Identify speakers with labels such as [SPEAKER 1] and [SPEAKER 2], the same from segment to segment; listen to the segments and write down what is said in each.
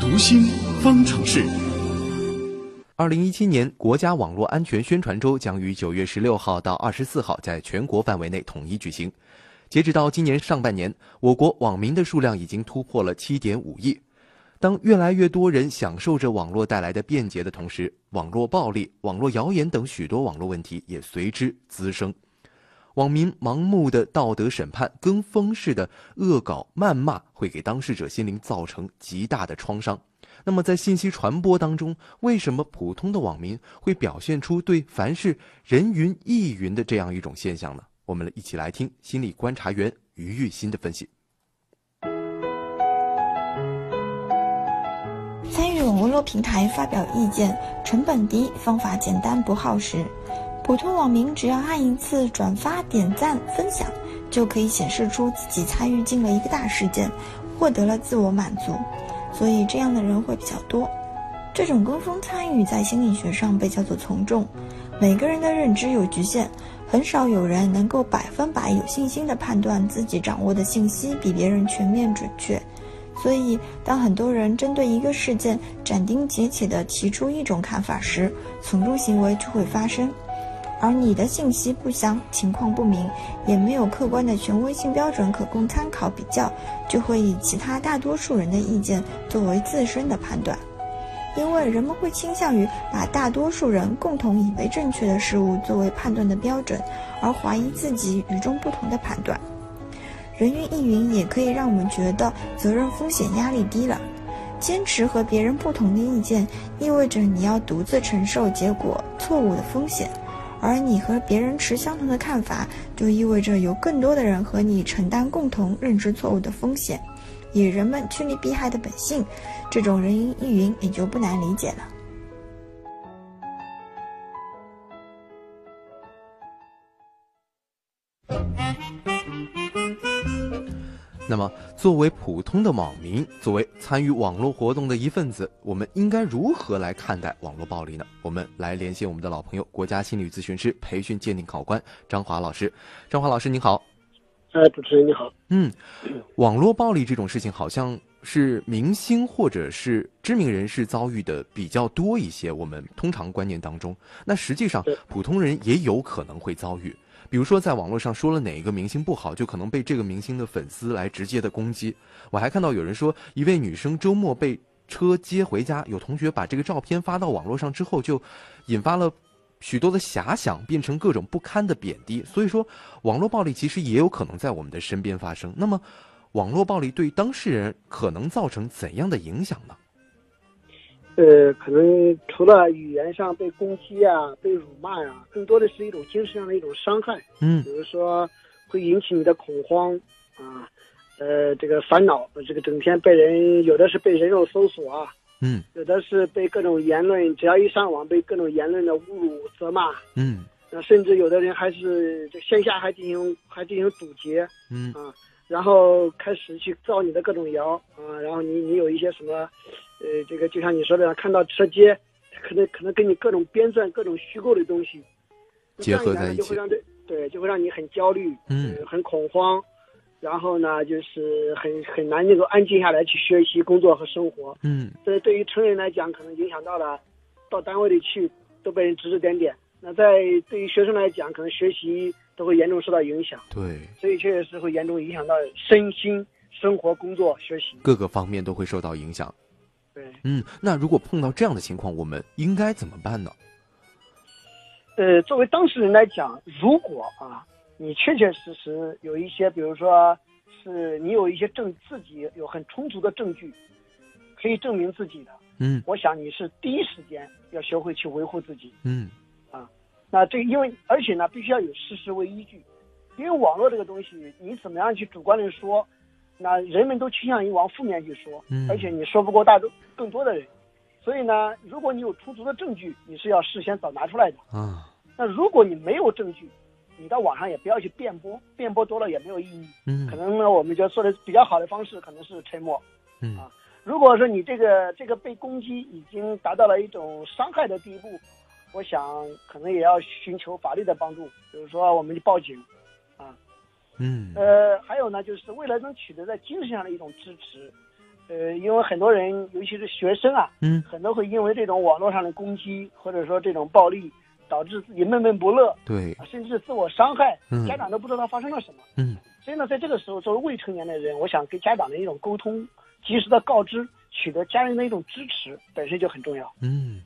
[SPEAKER 1] 读心方程式。
[SPEAKER 2] 二零一七年国家网络安全宣传周将于九月十六号到二十四号在全国范围内统一举行。截止到今年上半年，我国网民的数量已经突破了七点五亿。当越来越多人享受着网络带来的便捷的同时，网络暴力、网络谣言等许多网络问题也随之滋生。网民盲目的道德审判、跟风式的恶搞、谩骂，会给当事者心灵造成极大的创伤。那么，在信息传播当中，为什么普通的网民会表现出对凡事人云亦云的这样一种现象呢？我们一起来听心理观察员于玉新的分析。
[SPEAKER 3] 参与网络平台发表意见，成本低，方法简单，不耗时。普通网民只要按一次转发、点赞、分享，就可以显示出自己参与进了一个大事件，获得了自我满足，所以这样的人会比较多。这种跟风参与在心理学上被叫做从众。每个人的认知有局限，很少有人能够百分百有信心地判断自己掌握的信息比别人全面准确。所以，当很多人针对一个事件斩钉截铁地提出一种看法时，从众行为就会发生。而你的信息不详，情况不明，也没有客观的权威性标准可供参考比较，就会以其他大多数人的意见作为自身的判断。因为人们会倾向于把大多数人共同以为正确的事物作为判断的标准，而怀疑自己与众不同的判断。人云亦云也可以让我们觉得责任风险压力低了。坚持和别人不同的意见，意味着你要独自承受结果错误的风险，而你和别人持相同的看法，就意味着有更多的人和你承担共同认知错误的风险。以人们趋利避害的本性，这种人云亦云也就不难理解了。
[SPEAKER 2] 那么，作为普通的网民，作为参与网络活动的一份子，我们应该如何来看待网络暴力呢？我们来连线我们的老朋友，国家心理咨询师、培训鉴定考官张华老师。张华老师，您好。
[SPEAKER 4] 哎，主持人你好。
[SPEAKER 2] 嗯，网络暴力这种事情，好像是明星或者是知名人士遭遇的比较多一些。我们通常观念当中，那实际上
[SPEAKER 4] 对
[SPEAKER 2] 普通人也有可能会遭遇。比如说，在网络上说了哪一个明星不好，就可能被这个明星的粉丝来直接的攻击。我还看到有人说，一位女生周末被车接回家，有同学把这个照片发到网络上之后，就引发了许多的遐想，变成各种不堪的贬低。所以说，网络暴力其实也有可能在我们的身边发生。那么，网络暴力对当事人可能造成怎样的影响呢？
[SPEAKER 4] 呃，可能除了语言上被攻击啊、被辱骂呀、更多的是一种精神上的一种伤害，
[SPEAKER 2] 嗯
[SPEAKER 4] 比如说会引起你的恐慌啊，呃，这个烦恼，这个整天被人有的是被人肉搜索啊，
[SPEAKER 2] 嗯
[SPEAKER 4] 有的是被各种言论，只要一上网被各种言论的侮辱、责骂，
[SPEAKER 2] 嗯
[SPEAKER 4] 那甚至有的人还是就线下还进行还进行堵截，
[SPEAKER 2] 嗯
[SPEAKER 4] 啊，然后开始去造你的各种谣啊，然后你你有一些什么，呃，这个就像你说的，看到车街，可能可能跟你各种编撰、各种虚构的东西
[SPEAKER 2] 结合
[SPEAKER 4] 这样
[SPEAKER 2] 在
[SPEAKER 4] 呢
[SPEAKER 2] 一
[SPEAKER 4] 就
[SPEAKER 2] 起
[SPEAKER 4] 会让这对就会让你很焦虑，
[SPEAKER 2] 嗯
[SPEAKER 4] 呃很恐慌，然后呢，就是很很难能够安静下来去学习、工作和生活。
[SPEAKER 2] 嗯
[SPEAKER 4] 这对于成人来讲，可能影响到了到单位里去都被人指指点点。那在对于学生来讲，可能学习都会严重受到影响。
[SPEAKER 2] 对，
[SPEAKER 4] 所以确实是会严重影响到身心、生活、工作、学习。
[SPEAKER 2] 各个方面都会受到影响。
[SPEAKER 4] 对，
[SPEAKER 2] 嗯，那如果碰到这样的情况，我们应该怎么办呢？
[SPEAKER 4] 呃，作为当事人来讲，如果啊，你确确实实有一些，比如说是你有一些证，自己有很充足的证据，可以证明自己的，
[SPEAKER 2] 嗯
[SPEAKER 4] 我想你是第一时间要学会去维护自己。
[SPEAKER 2] 嗯
[SPEAKER 4] 那这个因为而且呢，必须要有事实为依据，因为网络这个东西，你怎么样去主观的说，那人们都倾向于往负面去说，
[SPEAKER 2] 嗯
[SPEAKER 4] 而且你说不过大众更多的人，所以呢，如果你有充足的证据，你是要事先早拿出来的。
[SPEAKER 2] 啊
[SPEAKER 4] 那如果你没有证据，你到网上也不要去辩驳，辩驳多了也没有意义。
[SPEAKER 2] 嗯
[SPEAKER 4] 可能呢，我们就说的比较好的方式可能是沉默。
[SPEAKER 2] 嗯
[SPEAKER 4] 如果说你这个这个被攻击已经达到了一种伤害的地步，我想可能也要寻求法律的帮助，比如说我们去报警。
[SPEAKER 2] 嗯
[SPEAKER 4] 呃，还有呢，就是为了能取得在精神上的一种支持，呃，因为很多人，尤其是学生啊，
[SPEAKER 2] 嗯，
[SPEAKER 4] 很多会因为这种网络上的攻击或者说这种暴力，导致自己闷闷不乐，
[SPEAKER 2] 对，
[SPEAKER 4] 甚至自我伤害
[SPEAKER 2] 嗯，
[SPEAKER 4] 家长都不知道发生了什么。
[SPEAKER 2] 嗯
[SPEAKER 4] 所以呢，在这个时候，作为未成年的人，我想跟家长的一种沟通，及时的告知，取得家人的一种支持，本身就很重要。
[SPEAKER 2] 嗯。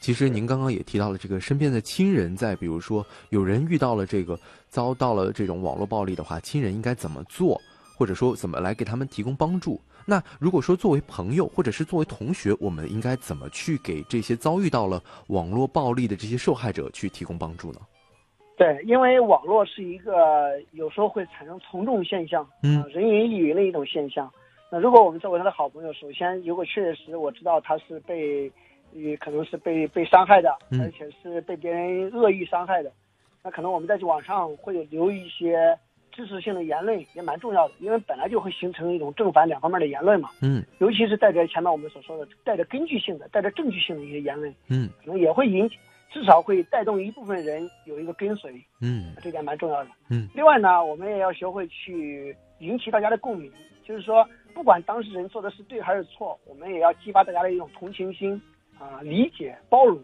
[SPEAKER 2] 其实您刚刚也提到了这个身边的亲人在，比如说有人遇到了这个遭到了这种网络暴力的话，亲人应该怎么做，或者说怎么来给他们提供帮助？那如果说作为朋友或者是作为同学，我们应该怎么去给这些遭遇到了网络暴力的这些受害者去提供帮助呢？
[SPEAKER 4] 对，因为网络是一个有时候会产生从众现象，
[SPEAKER 2] 嗯
[SPEAKER 4] 啊人云亦云的一种现象。那如果我们作为他的好朋友，首先如果确实我知道他是被，呃，可能是被被伤害的，
[SPEAKER 2] 嗯
[SPEAKER 4] 而且是被别人恶意伤害的，那可能我们在网上会有留一些支持性的言论，也蛮重要的，因为本来就会形成一种正反两方面的言论嘛，
[SPEAKER 2] 嗯
[SPEAKER 4] 尤其是带着前面我们所说的带着根据性的、带着证据性的一些言论，
[SPEAKER 2] 嗯
[SPEAKER 4] 可能也会引起，至少会带动一部分人有一个跟随。
[SPEAKER 2] 嗯
[SPEAKER 4] 这点蛮重要的。
[SPEAKER 2] 嗯，
[SPEAKER 4] 另外呢，我们也要学会去引起大家的共鸣，就是说，不管当事人做的是对还是错，我们也要激发大家的一种同情心啊、理解、包容，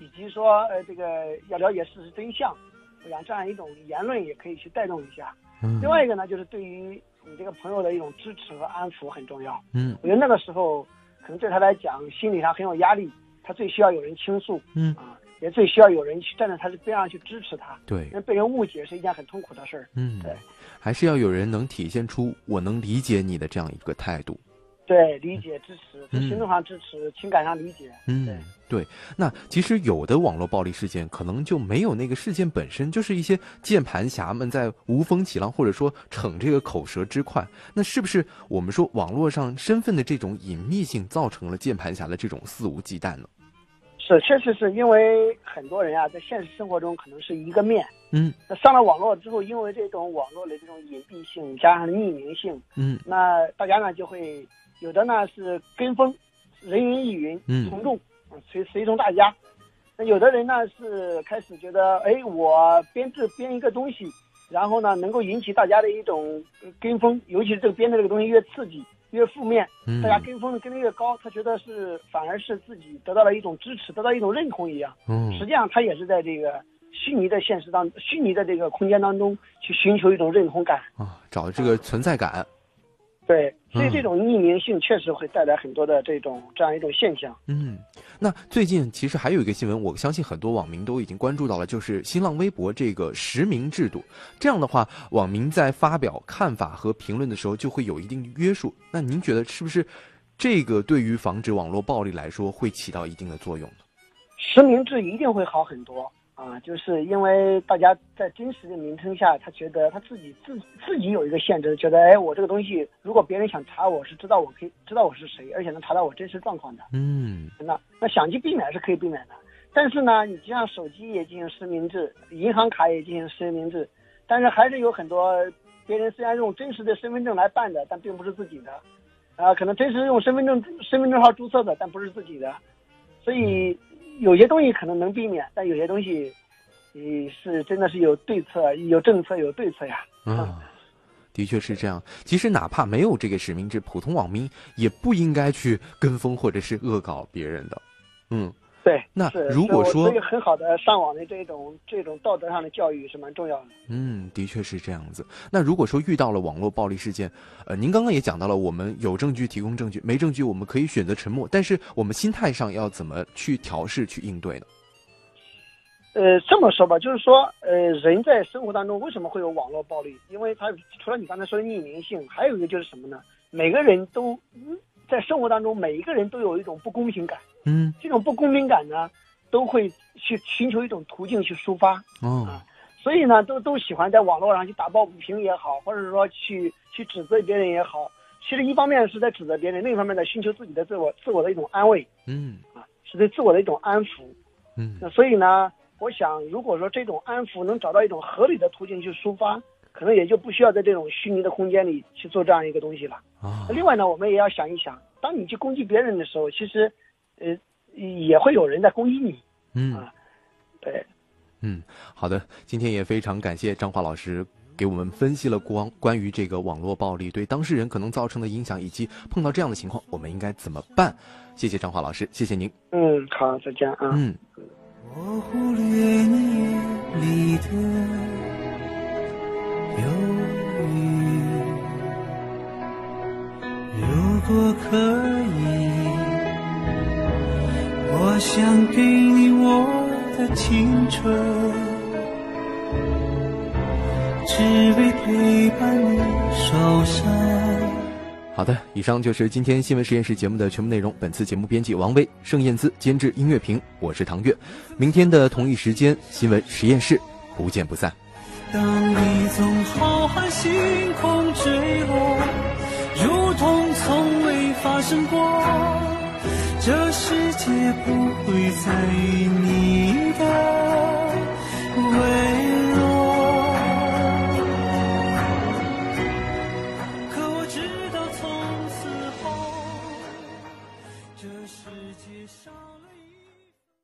[SPEAKER 4] 以及说，呃，这个要了解事实真相。我想这样一种言论也可以去带动一下。
[SPEAKER 2] 嗯，
[SPEAKER 4] 另外一个呢，就是对于你这个朋友的一种支持和安抚很重要。
[SPEAKER 2] 嗯
[SPEAKER 4] 我觉得那个时候，可能对他来讲心理上很有压力，他最需要有人倾诉
[SPEAKER 2] 嗯，
[SPEAKER 4] 啊，也最需要有人去站在他的边上去支持他。
[SPEAKER 2] 对
[SPEAKER 4] 因，为被人误解是一件很痛苦的事儿。
[SPEAKER 2] 嗯
[SPEAKER 4] 对，
[SPEAKER 2] 还是要有人能体现出我能理解你的这样一个态度。
[SPEAKER 4] 对，理解、支持，从
[SPEAKER 2] 嗯
[SPEAKER 4] 行动上支持，情感上理解。
[SPEAKER 2] 嗯，对。那其实有的网络暴力事件可能就没有那个事件本身，就是一些键盘侠们在无风起浪，或者说逞这个口舌之快。那是不是我们说网络上身份的这种隐秘性，造成了键盘侠的这种肆无忌惮呢？
[SPEAKER 4] 是，确实是因为很多人啊，在现实生活中可能是一个面，
[SPEAKER 2] 嗯
[SPEAKER 4] 那上了网络之后，因为这种网络的这种隐蔽性加上匿名性，
[SPEAKER 2] 嗯
[SPEAKER 4] 那大家呢就会有的呢是跟风，人云亦云
[SPEAKER 2] 嗯，
[SPEAKER 4] 从众，嗯随随从大家。那有的人呢是开始觉得，哎，我编制编一个东西，然后呢能够引起大家的一种呃跟风，尤其是这个编的这个东西越刺激越负面，
[SPEAKER 2] 嗯
[SPEAKER 4] 大家跟风跟的越高，他觉得是反而是自己得到了一种支持，得到一种认同一样。实
[SPEAKER 2] 嗯
[SPEAKER 4] 际上他也是在这个虚拟的现实当虚拟的这个空间当中去寻求一种认同感。
[SPEAKER 2] 啊，找这个存在感。
[SPEAKER 4] 对，所以
[SPEAKER 2] 嗯
[SPEAKER 4] 这种匿名性确实会带来很多的这种这样一种现象。
[SPEAKER 2] 嗯，那最近其实还有一个新闻，我相信很多网民都已经关注到了，就是新浪微博这个实名制度。这样的话，网民在发表看法和评论的时候就会有一定约束。那您觉得是不是这个对于防止网络暴力来说会起到一定的作用呢？
[SPEAKER 4] 实名制一定会好很多啊，就是因为大家在真实的名称下，他觉得他自己自自己有一个限制，觉得哎，我这个东西如果别人想查我是知道我可以知道我是谁，而且能查到我真实状况的，
[SPEAKER 2] 嗯
[SPEAKER 4] 那那想去避免是可以避免的。但是呢，你就像手机也进行实名制，银行卡也进行实名制，但是还是有很多别人虽然用真实的身份证来办的，但并不是自己的，啊、可能真实用身份证身份证号注册的，但不是自己的，所以有些东西可能能避免，但有些东西，你是真的是有对策、有政策、有对策呀。
[SPEAKER 2] 啊。的确是这样。其实哪怕没有这个实名制，普通网民也不应该去跟风或者是恶搞别人的。嗯，
[SPEAKER 4] 对，
[SPEAKER 2] 那
[SPEAKER 4] 是
[SPEAKER 2] 如果
[SPEAKER 4] 所以我
[SPEAKER 2] 说
[SPEAKER 4] 所以很好的上网的这种这种道德上的教育是蛮重要的。
[SPEAKER 2] 嗯，的确是这样子。那如果说遇到了网络暴力事件，呃，您刚刚也讲到了，我们有证据提供证据，没证据我们可以选择沉默，但是我们心态上要怎么去调试、去应对呢？
[SPEAKER 4] 呃，这么说吧，就是说，呃，人在生活当中为什么会有网络暴力？因为他除了你刚才说的匿名性，还有一个就是什么呢？每个人都嗯在生活当中，每一个人都有一种不公平感，
[SPEAKER 2] 嗯，
[SPEAKER 4] 这种不公平感呢，都会去寻求一种途径去抒发，
[SPEAKER 2] 哦
[SPEAKER 4] 啊，所以呢，都都喜欢在网络上去打抱不平也好，或者说去去指责别人也好。其实一方面是在指责别人，另一方面在寻求自己的自我自我的一种安慰
[SPEAKER 2] 嗯
[SPEAKER 4] 啊，是对自我的一种安抚。
[SPEAKER 2] 嗯
[SPEAKER 4] 那所以呢，我想，如果说这种安抚能找到一种合理的途径去抒发，可能也就不需要在这种虚拟的空间里去做这样一个东西了。
[SPEAKER 2] 啊
[SPEAKER 4] 那，另外呢，我们也要想一想，当你去攻击别人的时候，其实，呃，也会有人在攻击你。
[SPEAKER 2] 嗯
[SPEAKER 4] 对，
[SPEAKER 2] 嗯，好的，今天也非常感谢张华老师给我们分析了光关于这个网络暴力对当事人可能造成的影响，以及碰到这样的情况我们应该怎么办。谢谢张华老师，谢谢您。
[SPEAKER 4] 嗯，好，再见啊。
[SPEAKER 2] 嗯，
[SPEAKER 1] 我忽略你眼里的忧郁。如果可以，我想给你我的青春，只为陪伴你受伤。
[SPEAKER 2] 好的，以上就是今天新闻实验室节目的全部内容。本次节目编辑王威、盛燕姿，监制音乐评，我是唐月。明天的同一时间，新闻实验室不见不散。
[SPEAKER 1] 当你从浩瀚星空坠落，如同从未发生过，这世界不会在意你的微弱。可我知道从此后，这世界少了。